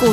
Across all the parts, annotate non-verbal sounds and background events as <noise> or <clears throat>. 股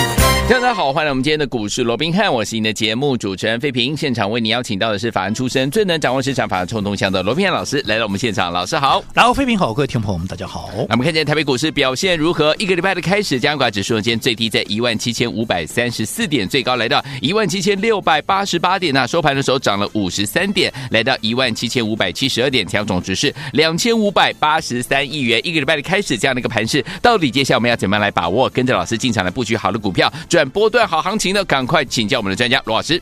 大家好，欢迎来我们今天的股市罗宾汉，我是您的节目主持人费平。现场为您邀请到的是法案出身、最能掌握市场法案冲动向的罗宾汉老师来到我们现场，老师好。然后，飞平好，各位听众朋友们，大家好。那我们看见台北股市表现如何？一个礼拜的开始，加权指数呢今天最低在17,534点，最高来到17,688点那、收盘的时候涨了53点，来到17,572点，调总值是2,583亿元。一个礼拜的开始，这样的一个盘势，到底接下来我们要怎么样来把握？跟着老师进场来布局好的股票，转波段好行情呢？赶快请教我们的专家罗老师。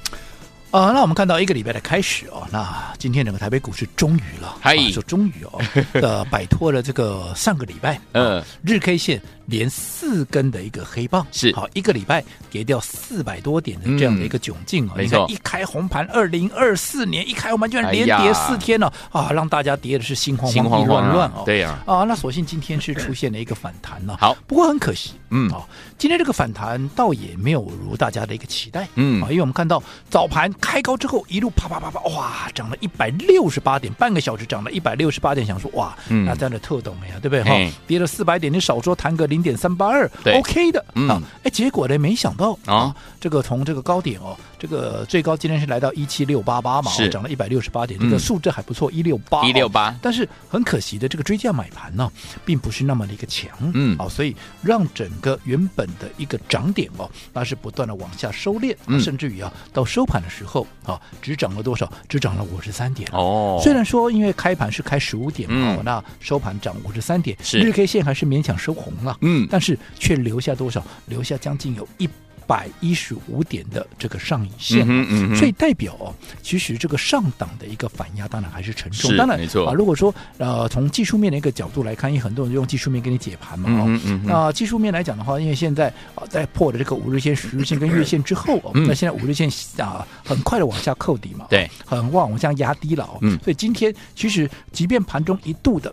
呃，那我们看到一个礼拜的开始哦，那今天整个台北股市终于了，嗨啊说终于哦，呃，摆脱了这个上个礼拜，嗯嗯，日 K 线连四根的一个黑棒，是好一个礼拜跌掉四百多点的这样的一个窘境哦，嗯你没错看一开红盘，二零二四年一开红盘居然哎连呀跌四天了、啊，让大家跌的是心慌心慌慌、意慌啊乱乱哦，对呀啊，那所幸今天是出现了一个反弹了、好不过很可惜，嗯哦，今天这个反弹倒也没有如大家的一个期待，嗯啊，因为我们看到早盘开高之后一路啪啪啪啪，哇，涨了一百六十八点，半个小时涨了一百六十八点，想说哇，嗯那这样的特懂了呀，对不对？嘿哈，跌了四百点，你少说弹个零点三八二对，OK 的，嗯啊，哎，结果呢，没想到啊，这个从这个高点哦，这个最高今天是来到一七六八八嘛，是哦涨了一百六十八点，嗯这个数字还不错，一六八，哦168但是很可惜的，这个追价买盘呢，并不是那么的一个强，嗯好、所以让整个原本的一个涨点哦，那是不断的往下收敛，嗯甚至于啊，到收盘的时候啊、只涨了多少？只涨了五十三点。哦虽然说因为开盘是开十五点嘛、嗯哦那收盘涨五十三点，是日 K 线还是勉强收红了，嗯但是却留下多少？留下将近有一百一十五点的这个上影线。嗯哼嗯哼所以代表、哦，其实这个上档的一个反压，当然还是沉重。是当然，没错啊。如果说呃，从技术面的一个角度来看，因为很多人就用技术面给你解盘嘛。哦嗯哼嗯哼那、技术面来讲的话，因为现在啊、呃在破了这个五日线、十日线跟月线之后、哦，嗯那现在五日线啊、很快的往下扣底嘛。哦对，很往往下压低了、哦。嗯所以今天其实即便盘中一度的。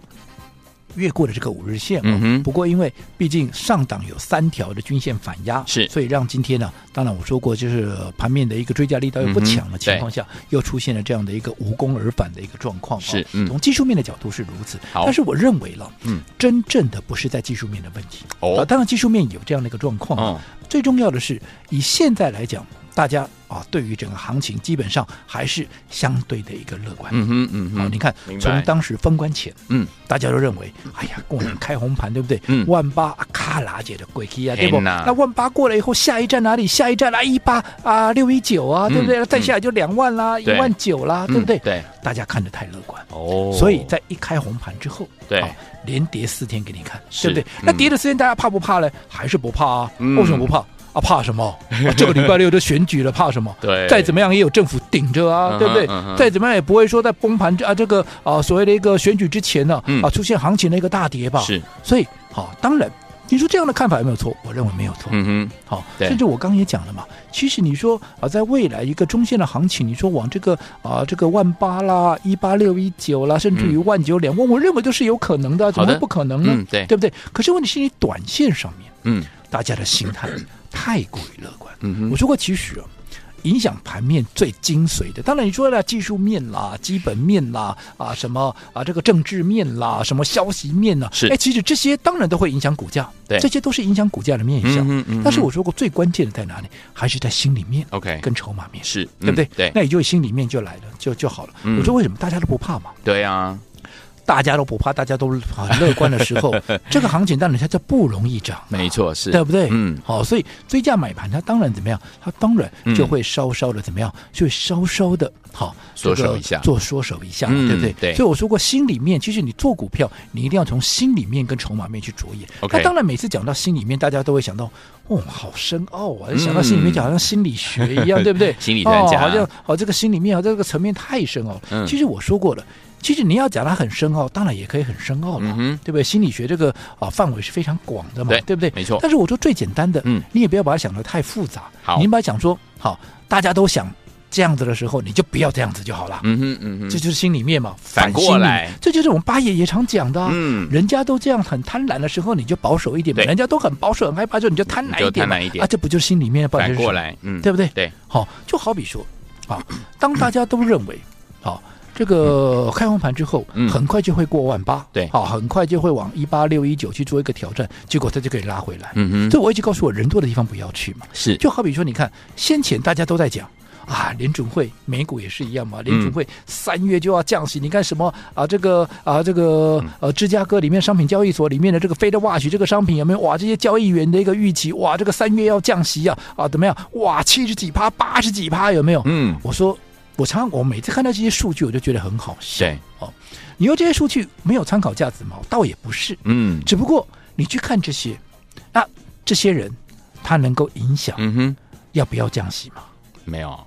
越过了这个五日线、哦，嗯哼不过因为毕竟上档有三条的均线反压，是所以让今天呢，当然我说过，就是盘面的一个追加力道又不强嗯哼的情况下，又出现了这样的一个无功而返的一个状况、哦。是嗯从技术面的角度是如此，好但是我认为了，嗯，真正的不是在技术面的问题。哦啊当然技术面有这样的一个状况、啊，哦最重要的是以现在来讲，大家啊对于整个行情基本上还是相对的一个乐观。嗯哼嗯好，哼，你看明，白从当时封关前，嗯，大家都认为，哎呀，过年开红盘，对不对？嗯万八啊，卡拉姐的鬼气啊，对不？天哪那万八过了以后，下一站哪里？下一站啊，一八啊，六一九啊，对不对？嗯再下来就两万啦，一对万九啦，对不对？嗯对，大家看得太乐观。哦所以在一开红盘之后，对啊连跌四天给你看，是对不对？那嗯跌的时间大家怕不怕呢？还是不怕啊？嗯为什么不怕？啊，怕什么？啊这个礼拜六就选举了，怕什么？ <laughs> 对再怎么样也有政府顶着嗯哼啊，对不对嗯哼？再怎么样也不会说在崩盘啊，这个啊所谓的一个选举之前呢嗯，啊出现行情的一个大跌吧。是，所以好，当然你说这样的看法有没有错？我认为没有错。嗯哼，好，对甚至我刚刚也讲了嘛，其实你说啊，在未来一个中线的行情，你说往这个啊这个万八啦、一八六一九啦，甚至于万九两万，我认为都是有可能的，怎嗯么好会的不可能呢？嗯对对不对？可是问题是你短线上面嗯大家的心态太过于乐观。嗯哼我说过，其实啊。影响盘面最精髓的，当然你说了技术面啦、基本面啦、啊什么啊这个政治面啦、什么消息面啦，是哎，其实这些当然都会影响股价，对这些都是影响股价的面向。嗯哼嗯哼但是我说过，最关键的在哪里？还是在心里面，OK，跟筹码面，是，对不对？嗯对，那也就心里面就来了，就就好了。嗯我说为什么大家都不怕嘛？对啊，大家都不怕，大家都很乐观的时 <laughs> 候，这个行情当然它就不容易涨、没。错，是，对不对？嗯，好，所以追价买盘，它当然怎么样？它当然就会稍稍的怎么样？就稍稍的好缩手这个一下做缩手一下，嗯对不对？对所以我说过，心里面其实你做股票，你一定要从心里面跟筹码面去着眼。 OK 那当然，每次讲到心里面，大家都会想到，哦，好深奥啊！想到心里面，就好像心理学一 <laughs> 样，对不对？嗯心理专家哦，好像哦，这个心里面啊，这个层面太深奥了。嗯其实我说过了。其实你要讲它很深奥，当然也可以很深奥嗯嘛，哼对不对？心理学这个啊范围是非常广的嘛，对不对？没错但是我说最简单的，嗯你也不要把它想得太复杂。好你把它讲说，好，大家都想这样子的时候，你就不要这样子就好了。嗯哼嗯哼，这就是心里面嘛，反过心里面来这就是我们八爷也常讲的、啊，嗯人家都这样很贪婪的时候，你就保守一点嘛，对人家都很保守、很害怕，就你就贪婪一点嘛，你就贪婪一点啊，这不就是心里面的抱怨反是什么过，来，嗯，对不对？对，好、就好比说，啊，当大家都认为，啊。这个开红盘之后，嗯很快就会过万八，对好，很快就会往一八六一九去做一个挑战，结果它就可以拉回来。嗯哼，所以我一直告诉我，人多的地方不要去嘛。是，就好比说，你看先前大家都在讲。啊，联储会美股也是一嗯样嘛，联储会三月就要降息。你看什么啊？这个啊，这个嗯呃，芝加哥里面商品交易所里面的这个 Fed Watch 这个商品有没有？哇，这些交易员的一个预期，哇，这个三月要降息啊啊，怎么样？哇，七十几趴，八十几趴，有没有？嗯，我说，我常常我每次看到这些数据，我就觉得很好笑。对，你说这些数据没有参考价值吗？倒也不是，嗯只不过你去看这些，啊，这些人他能够影响嗯哼，要不要降息吗？没有，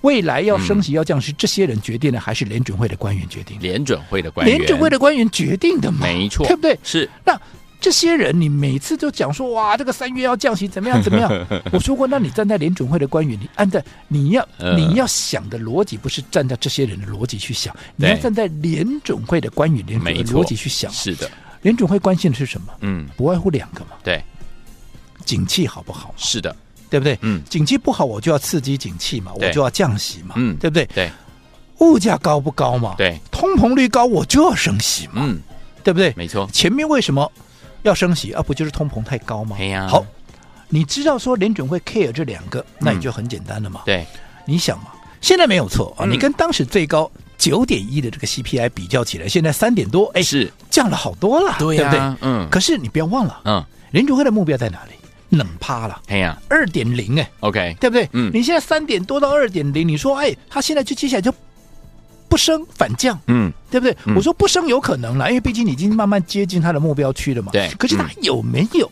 未来要升息要降息，这些人决定的还是联准会的官员决定的？联准会的官员，联准会的官员决定的嘛，没错对不对？是，那这些人，你每次都讲说哇，这个三月要降息，怎么样怎么 <laughs> 样？我说过，那你站在联准会的官员，你按照你要、呃你要想的逻辑，不是站在这些人的逻辑去想，你对要站在联准会的官员联准没会的错逻辑去想。是的，联准会关心的是什么？嗯，不外乎两个嘛，对，景气好不好，是的，对不对？嗯景气不好，我就要刺激景气嘛，对我就要降息嘛，嗯对不对？对，物价高不高嘛？对，通膨率高，我就要升息嘛，嗯，对不对？没错，前面为什么要升息？啊，不就是通膨太高吗？哎呀嗯好，你知道说联准会 care 这两个，那你就很简单了嘛。对，你想嘛，现在没有错啊，嗯你跟当时最高九点一的这个 CPI 比较起来，现在三点多，哎，是降了好多了，对不呀对？啊嗯可是你不要忘了，嗯，联准会的目标在哪里？冷趴了，哎呀二点零哎， ，OK，对不对？嗯你现在三点多到二点零，你说哎，它现在就接下来就不升反降，嗯，对不对？嗯我说不升有可能了，因为毕竟你已经慢慢接近它的目标区了嘛。对可是它有没有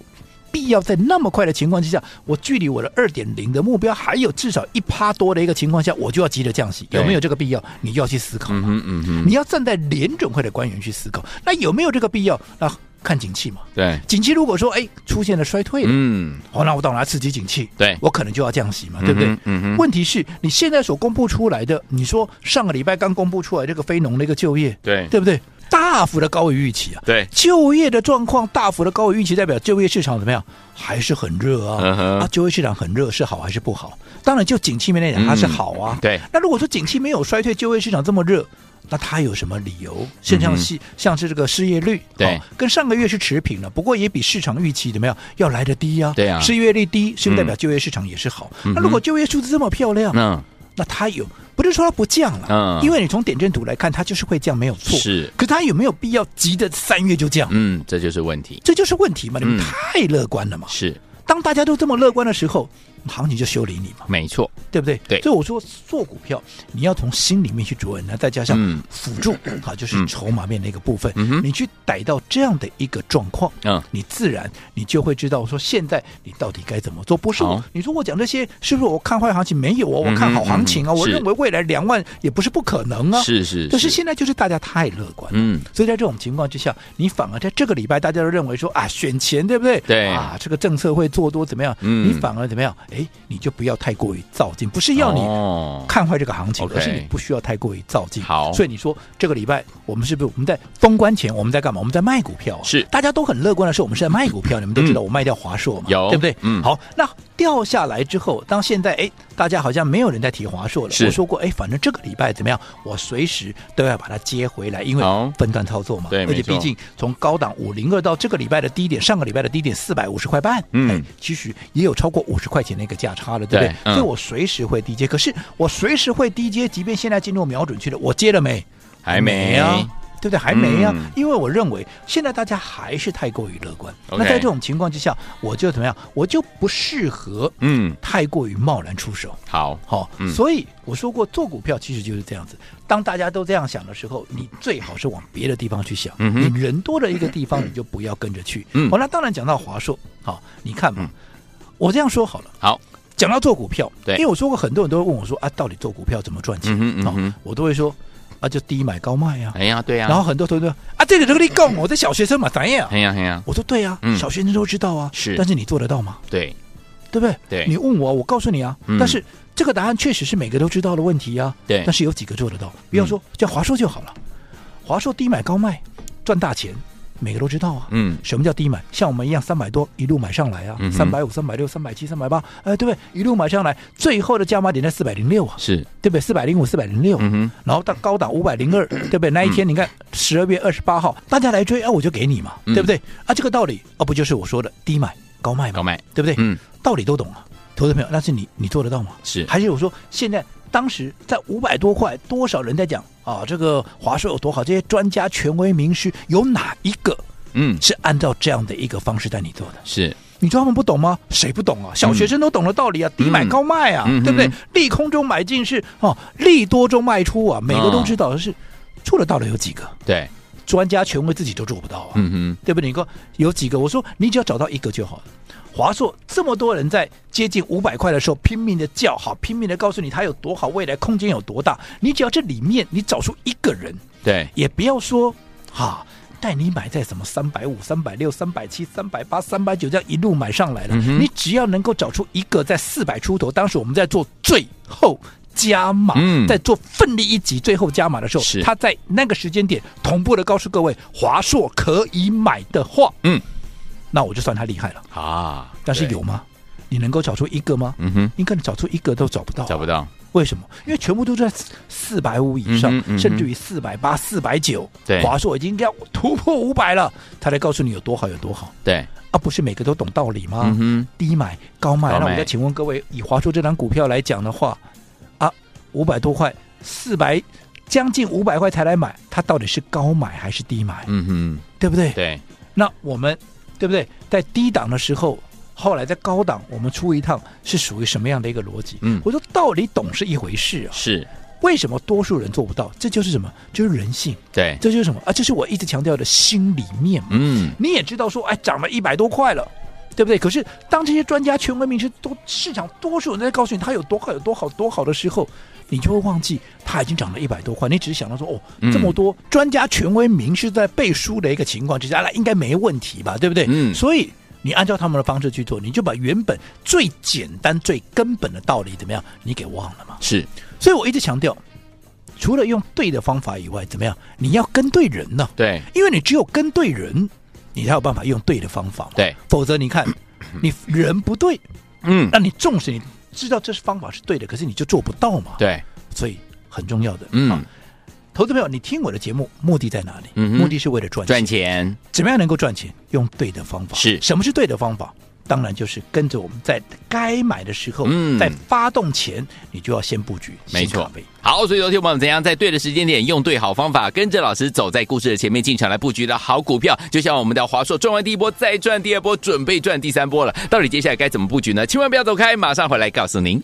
必要在那么快的情况之下，我距离我的二点零的目标还有至少一趴多的一个情况下，我就要急着降息？对有没有这个必要？你就要去思考。嗯哼嗯哼，你要站在联准会的官员去思考，那有没有这个必要？那看景气嘛。对，景气如果说哎出现了衰退了，嗯，哦，那我当然要刺激景气，对我可能就要降息嘛，对不对？哎嗯哼嗯哼问题是你现在所公布出来的，你说上个礼拜刚公布出来这个非农的一个就业，对对不对？大幅的高于预期啊，对，就业的状况大幅的高于预期，代表就业市场怎么样？还是很热啊！嗯哼啊，就业市场很热是好还是不好？当然，就景气面来讲，它是好啊。对那如果说景气没有衰退，就业市场这么热，那它有什么理由？甚至像是、像是这个失业率，嗯对哦跟上个月是持平了，不过也比市场预期怎么样要来的低啊。对啊失业率低是不是代表嗯就业市场也是好？嗯哼那如果就业数字这么漂亮，嗯，那它有不是说它不降了？嗯因为你从点阵图来看，它就是会降，没有错。是，可它有没有必要急着三月就降？嗯，这就是问题，这就是问题嘛！你嗯们太乐观了嘛！是当大家都这么乐观的时候，行情就修理你嘛，没错，对不对？对所以我说做股票，你要从心里面去着眼，那再加上嗯辅助啊、就是嗯筹码面的一个部分，嗯哼你去逮到这样的一个状况，嗯你自然你就会知道说现在你到底该怎么做。不是我好，你说我讲这些是不是我看坏行情？没有哦，我看好行情嗯啊，哼嗯哼我是认为未来两万也不是不可能啊。是是可是现在就是大家太乐观了，嗯所以在这种情况之下，你反而在这个礼拜大家都认为说啊，选前对不对？对啊，这个政策会做多怎么样？嗯你反而怎么样？哎，你就不要太过于躁进，不是要你哦看坏这个行情， OK 而是你不需要太过于躁进。好所以你说这个礼拜我们是不是我们在封关前我们在干嘛？我们在卖股票、啊，是大家都很乐观的时候，我们是在卖股票。你们都知道嗯我卖掉华硕嘛，有对不对？嗯好，那掉下来之后，当现在哎，大家好像没有人在提华硕了。是我说过，哎，反正这个礼拜怎么样，我随时都要把它接回来，因为好分段操作嘛。对而没且错毕竟从高档五零二到这个礼拜的低点，上个礼拜的低点四百五十块半，嗯哎，其实也有超过五十块钱的一个价差了，对不对？对嗯所以我随时会低接，可是我随时会低接，即便现在进入瞄准区了，我接了没？还没啊。对不对？还没啊，嗯因为我认为现在大家还是太过于乐观。 OK 那在这种情况之下，我就怎么样？我就不适合嗯太过于贸然出手。好好、嗯所以我说过，做股票其实就是这样子。当大家都这样想的时候，你最好是往别的地方去想。嗯哼你人多的一个地 <laughs> 方，你就不要跟着去。嗯好、那当然讲到华硕，好、你看嘛，我这样说好了。好讲到做股票，对因为我说过，很多人都会问我说啊，到底做股票怎么赚钱？哦嗯哼嗯哼我都会说啊，就低买高卖啊。哎呀对呀，然后很多同学说啊，这个这个你讲，我这小学生嘛，咱也、哎呀哎呀我说对啊，嗯小学生都知道啊，是但是你做得到吗？对对不对？对你问我，我告诉你啊，嗯但是这个答案确实是每个都知道的问题呀、对嗯但是有几个做得到？比方说，叫华硕就好了，华硕低买高卖赚大钱，每个都知道啊。嗯什么叫低买？像我们一样三百多一路买上来啊嗯，哼三百五、三百六、三百七、三百八，哎，对不对？一路买上来，最后的加码点在四百零六啊，是，对不对？四百零五、四百零六，嗯哼，然后到高档五百零二，对不对？那一天你看十二月二十八号，大家来追啊，我就给你嘛，嗯对不对？啊，这个道理啊，不就是我说的低买高卖高嘛，麦，对不对？嗯，道理都懂啊，投资朋友，但是你你做得到吗？是，还是我说现在当时在五百多块，多少人在讲啊，这个华硕有多好？这些专家、权威、名师有哪一个嗯，是按照这样的一个方式带你做的？是，你说他们不懂吗？谁不懂啊？小学生都懂的道理啊，低买高卖啊，嗯对不对嗯？利空中买进是哦，利多中卖出啊，每个都知道，但是做得到的有几个？对，专家权威自己都做不到啊，嗯对不对？你说有几个？我说你只要找到一个就好了。华硕这么多人在接近五百块的时候拼命的叫好，拼命的告诉你它有多好，未来空间有多大。你只要这里面你找出一个人，哼，对，也不要说哈。带你买在什么三百五、三百六、三百七、三百八、三百九这样一路买上来了，嗯哼你只要能够找出一个在四百出头，当时我们在做最后加码，嗯在做奋力一击最后加码的时候是，他在那个时间点同步的告诉各位，华硕可以买的话，嗯，那我就算他厉害了。啊，但是对，有吗？你能够找出一个吗？嗯哼，你可能找出一个都找不到、啊找不。到，为什么？因为全部都在四百五以上，嗯哼嗯哼甚至于四百八、四百九。对华硕已经要突破五百了，他才告诉你有多好有多好对，啊！不是每个都懂道理吗？嗯哼，低买高卖。高卖那我再请问各位，以华硕这张股票来讲的话，啊，五百多块，四百将近五百块才来买，它到底是高买还是低买？嗯哼，对不对？对，那我们对不对？在低档的时候，后来在高档，我们出一趟是属于什么样的一个逻辑？嗯我说道理懂是一回事啊，是，为什么多数人做不到？这就是什么？就是人性，对，这就是什么啊？这是我一直强调的心里面嘛。嗯，你也知道说，哎，涨了一百多块了。对不对？可是当这些专家、权威名师都市场多数人在告诉你它有多好、有多好、多好的时候，你就会忘记它已经涨了一百多块。你只是想到说，哦，嗯这么多专家、权威名师在背书的一个情况之下，那应该没问题吧？对不对？嗯所以你按照他们的方式去做，你就把原本最简单、最根本的道理怎么样，你给忘了嘛？是，所以我一直强调，除了用对的方法以外，怎么样？你要跟对人呢、对，因为你只有跟对人，你才有办法用对的方法嘛。对，否则你 <clears throat> 看，你人不对，嗯，那你纵使你知道这是方法是对的，可是你就做不到嘛。，对，所以很重要的。嗯啊，投资朋友，你听我的节目目的在哪里？嗯哼目的是为了赚钱。赚钱，怎么样能够赚钱？用对的方法。是什么是对的方法？当然就是跟着我们在该买的时候，嗯在发动前，你就要先布局，没先卡错位。好，所以昨天我们怎样在对的时间点，用对好方法，跟着老师走在故事的前面进场来布局的好股票，就像我们的华硕赚完第一波，再赚第二波，准备赚第三波了。到底接下来该怎么布局呢？千万不要走开，马上回来告诉您。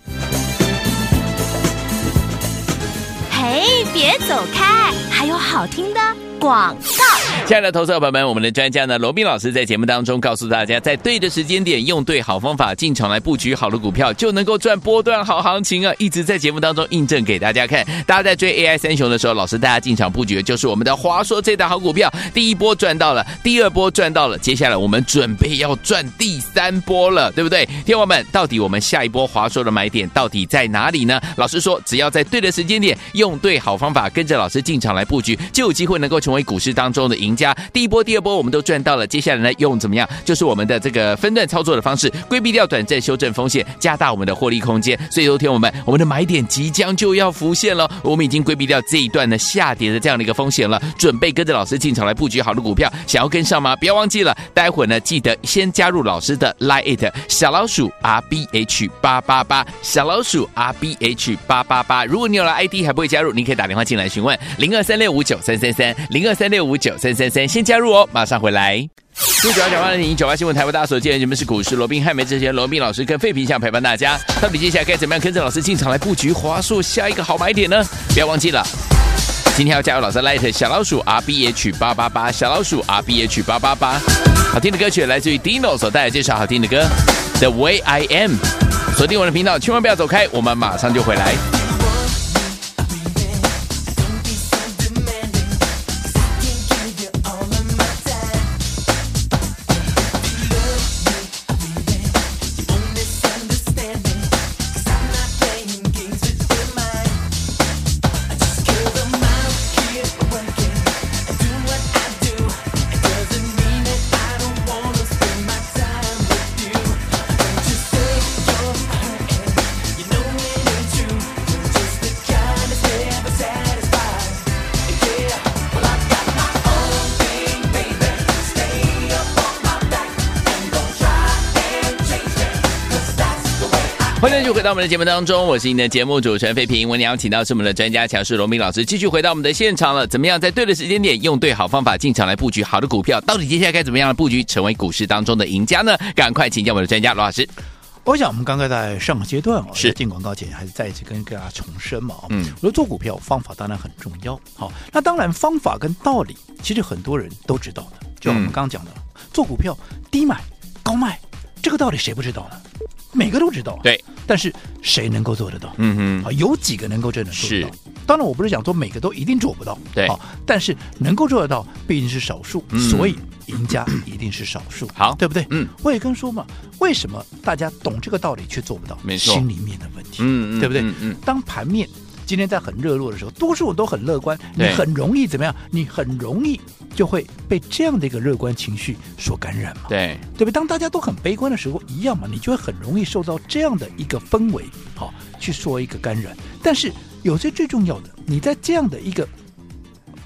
嘿，别走开，还有好听的广告。亲爱的投资者朋友们，我们的专家呢，罗斌老师在节目当中告诉大家，在对的时间点，用对好方法进场来布局好的股票，就能够赚波段好行情啊！一直在节目当中印证给大家看。大家在追 AI 三雄的时候，老师大家进场布局的就是我们的华硕这档好股票，第一波赚到了，第二波赚到了，接下来我们准备要赚第三波了，对不对？天王们，到底我们下一波华硕的买点到底在哪里呢？老师说，只要在对的时间点，用对好方法，跟着老师进场来布局，就有机会能够成为股市当中的赢家。第一波、第二波我们都赚到了，接下来呢，用怎么样？就是我们的这个分段操作的方式，规避掉短暂修正风险，加大我们的获利空间。所以，昨天我们我们的买点即将就要浮现了，我们已经规避掉这一段的下跌的这样的一个风险了，准备跟着老师进场来布局好的股票，想要跟上吗？不要忘记了，待会呢记得先加入老师的 Line it 小老鼠 R B H 八八八小老鼠 R B H 八八八。如果你有了 ID 还不会加入，你可以打电话进来询问零二三六五九三三三零二三六五九三三三，先加入哦，马上回来。六九二九八零零九八新闻台为大家所见，你们是股市罗宾汉梅之前，罗宾老师跟费平想陪伴大家，到底接下来该怎么样跟着老师进场来布局华硕下一个好买点呢？不要忘记了。今天要加入老师 Light 小老鼠 R B H 八八八，小老鼠 R B H 八八八。好听的歌曲来自于 Dino 所带来这首好听的歌《The Way I Am》。锁定我的频道，千万不要走开，我们马上就回来。 Understanding, cause I'm not playing 欢迎继续回到我们的节目当中，我是您的节目主持人费平。我们邀请到是我们的专家强势罗明老师，继续回到我们的现场了。怎么样在对的时间点，用对好方法进场来布局好的股票？到底接下来该怎么样的布局，成为股市当中的赢家呢？赶快请教我们的专家罗老师。我想我们刚刚在上个阶段哦，是在进广告前还是再一次跟大家重申嘛，哦嗯我说做股票方法当然很重要，好、那当然方法跟道理其实很多人都知道的，就像我们嗯刚刚讲的，做股票低买高卖这个道理谁不知道呢？每个都知道，啊对，但是谁能够做得到？嗯啊，有几个能够真的做得到是？当然，我不是讲说每个都一定做不到，对好，但是能够做得到毕竟是少数，嗯所以赢家一定是少数，好对不对？嗯，我也跟说嘛，为什么大家懂这个道理却做不到？没错心里面的问题，嗯嗯对不对？嗯嗯当盘面。今天在很热络的时候，多数人都很乐观，你对很容易怎么样？你很容易就会被这样的一个乐观情绪所感染嘛。对，对不对？当大家都很悲观的时候，一样嘛，你就会很容易受到这样的一个氛围，好、去做一个干扰。但是有些最重要的，你在这样的一个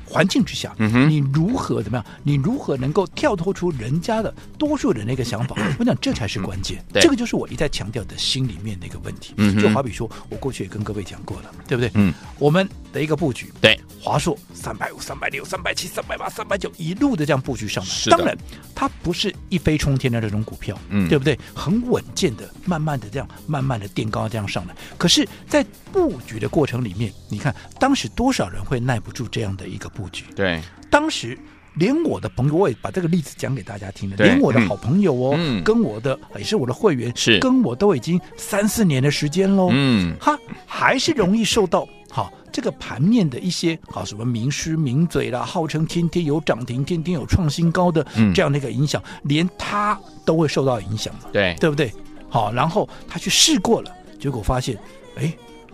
环境之下，嗯哼你如何怎么样？你如何能够跳脱出人家的多数人的一个想嗯法？我想这才是关键。对这个就是我一再强调的心里面的一个问题。嗯哼就好比说，我过去也跟各位讲过了，对不对？嗯，我们的一个布局，对，华硕三百五、三百六、三百七、三百八、三百九一路的这样布局上来。是的当然，它不是一飞冲天的这种股票，嗯对不对？很稳健的，慢慢的这样，慢慢的垫高这样上来。可是，在布局的过程里面，你看当时多少人会耐不住这样的一个布局？对，当时连我的朋友，我也把这个例子讲给大家听了。对连我的好朋友哦，嗯嗯跟我的也是我的会员，是跟我都已经三四年的时间喽。嗯，他还是容易受到好这个盘面的一些好什么名师名嘴啦，号称天天有涨停、天天有创新高的嗯这样的一个影响，连他都会受到影响嘛，对，对不对？好，然后他去试过了，结果发现，哎，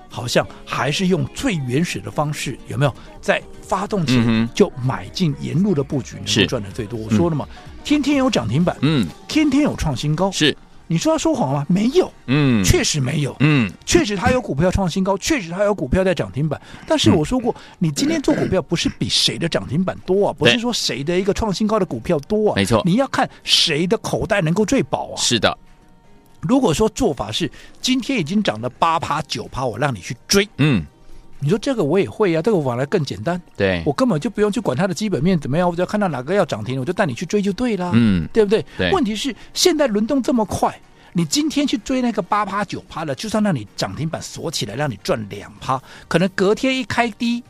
好像还是用最原始的方式，有没有在发动嗯前哼就买进沿路的布局，能是够赚的最多？我说了嘛，天天有涨停板，嗯，天天有创新高，是，你说他说谎吗？没有，嗯，确实没有。嗯，确实它有股票创新高，确实它有股票在涨停板。但嗯是我说过，你今天做股票不是比谁的涨停板多啊，不是说谁的一个创新高的股票多啊，没错你要看谁的口袋能够最饱啊。是的，如果说做法是今天已经涨了八趴九趴，我让你去追，嗯，你说这个我也会啊，这个我反而更简单，对我，根本就不用去管它的基本面怎么样，我只要看到哪个要涨停，我就带你去追就对啦。嗯，对不对？对问题是现在轮动这么快，你今天去追那个八趴九趴的，就算让你涨停板锁起来，让你赚两趴，可能隔天一开低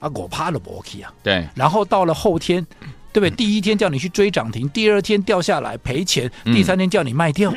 啊，我趴了不起啊，对，然后到了后天。对不嗯对？第一天叫你去追涨停，第二天掉下来赔钱，嗯第三天叫你卖 <coughs> 掉。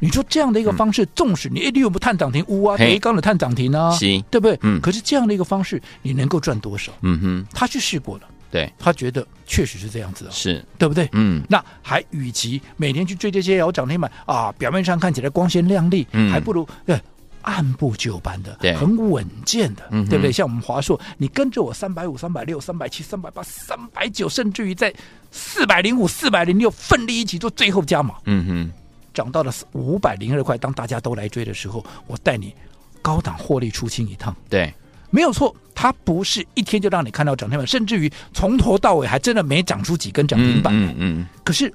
你说这样的一个方式，纵使你一六不探涨停，乌啊，嘿一刚的探涨停啊，行对不对？嗯可是这样的一个方式，你能够赚多少？嗯哼，他去试过了，对，他觉得确实是这样子、哦，是，对不对？嗯，那还与其每天去追这些要涨停板啊，表面上看起来光鲜亮丽，嗯还不如呃。按部就班的对，很稳健的，嗯哼对不对？像我们华硕，你跟着我三百五、三百六、三百七、三百八、三百九，甚至于在四百零五、四百零六奋力一起做最后加码，嗯哼，涨到了五百零二块。当大家都来追的时候，我带你高档获利出清一趟，对，没有错。它不是一天就让你看到涨停板，甚至于从头到尾还真的没涨出几根涨停板。嗯嗯可是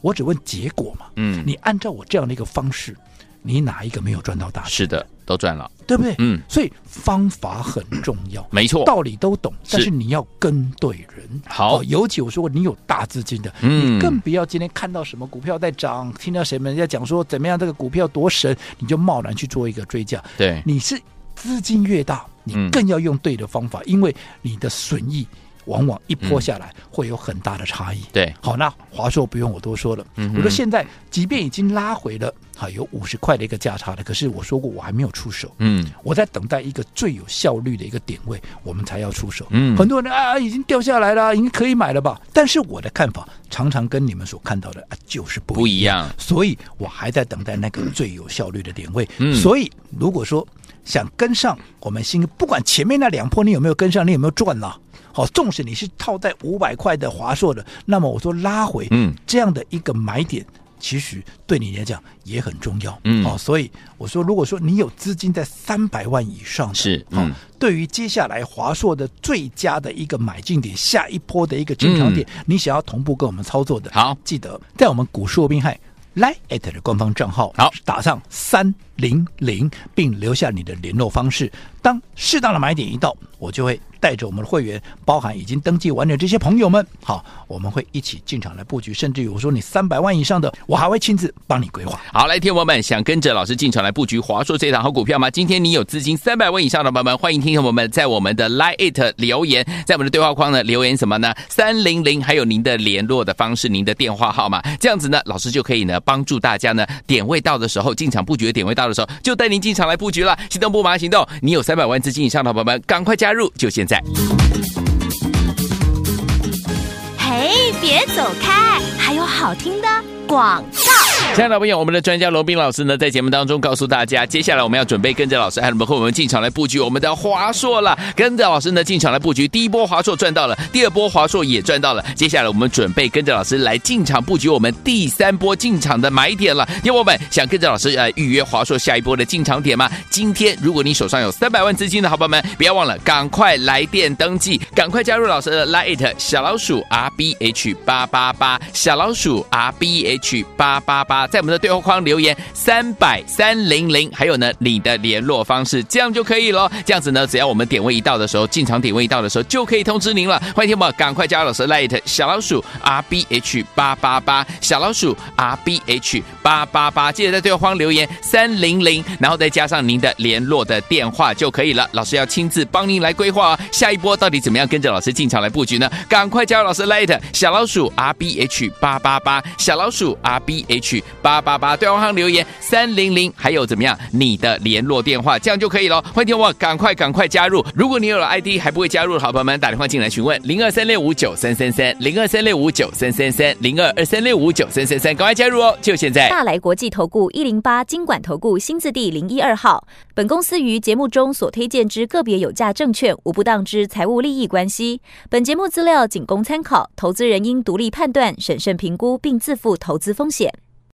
我只问结果嘛，嗯，你按照我这样的一个方式，你哪一个没有赚到大钱？是的，都赚了，对不对？嗯，所以方法很重要。没错，道理都懂，但是是你要跟对人。好哦尤其我说过，你有大资金的，嗯你更不要今天看到什么股票在涨，听到谁们在讲说怎么样这个股票多神，你就贸然去做一个追价。对，你是资金越大，哎嗯你更要用对的方法，因为你的损益往往一波下来会有很大的差异。嗯对，好，那华硕不用我多说了。嗯哼我说现在即便已经拉回了，啊，有五十块的一个价差了，可是我说过我还没有出手，嗯，我在等待一个最有效率的一个点位，我们才要出手。嗯很多人啊已经掉下来了，已经可以买了吧？但是我的看法常常跟你们所看到的啊就是不不一样。样，所以我还在等待那个最有效率的点位。嗯所以如果说想跟上我们新，不管前面那两波你有没有跟上，你有没有赚了、好，纵使你是套在五百块的华硕的，那么我说拉回，嗯，这样的一个买点，其实对你来讲也很重要，嗯好、所以我说，如果说你有资金在三百万以上的，是好、嗯对于接下来华硕的最佳的一个买进点，下一波的一个进场点，你想要同步跟我们操作的，好记得在我们股市罗宾汉 Line at 的官方账号，好打上三零零，并留下你的联络方式。当适当的买点一到，我就会带着我们的会员，包含已经登记完的这些朋友们，好，我们会一起进场来布局，甚至于我说你三百万以上的，我还会亲自帮你规划。好，来，天王们想跟着老师进场来布局华硕这档好股票吗？今天你有资金三百万以上的朋友们，欢迎听众朋友们在我们的 Line It 留言，在我们的对话框呢留言什么呢？三零零，还有您的联络的方式，您的电话号码，这样子呢，老师就可以呢帮助大家呢点位到的时候，进场布局的点位到的时候，就带您进场来布局了。行动不马上行动，你有三百万资金以上的朋友们，赶快加入，就现在。嘿，别走开，还有好听的广告。亲爱的朋友我们的专家罗斌老师呢，在节目当中告诉大家，接下来我们要准备跟着老师和我们会员进场来布局我们的华硕了。跟着老师呢进场来布局，第一波华硕赚到了，第二波华硕也赚到了。接下来我们准备跟着老师来进场布局我们第三波进场的买点了。听我们想跟着老师呃预约华硕下一波的进场点吗？今天如果你手上有三百万资金的好朋友们，不要忘了赶快来电登记，赶快加入老师的 Lite 小老鼠 R B H 八八八小老鼠 R B H 八八八。在我们的对话框留言三百三零零，还有呢你的联络方式，这样就可以了。这样子呢，只要我们点位一到的时候，进场点位一到的时候，就可以通知您了。欢迎听宝赶快加入老师 light 小老鼠 R B H 八八八，小老鼠 R B H 八八八，记得在对话框留言三零零，然后再加上您的联络的电话就可以了。老师要亲自帮您来规划、哦、下一波到底怎么样跟着老师进场来布局呢？赶快加入老师 light 小老鼠 R B H 八八八，小老鼠 R B H。八八八对话框留言三零零，还有怎么样？你的联络电话，这样就可以了。欢迎听我赶快赶快加入！如果你有了 ID 还不会加入的好朋友们，打电话进来询问零二三六五九三三三零二三六五九三三三零二二三六五九三三三，赶快加入哦，就现在！大来国际投顾一零八金管投顾新字第零一二号。本公司于节目中所推荐之个别有价证券，无不当之财务利益关系。本节目资料仅供参考，投资人应独立判断、审慎评估，并自负投资风险。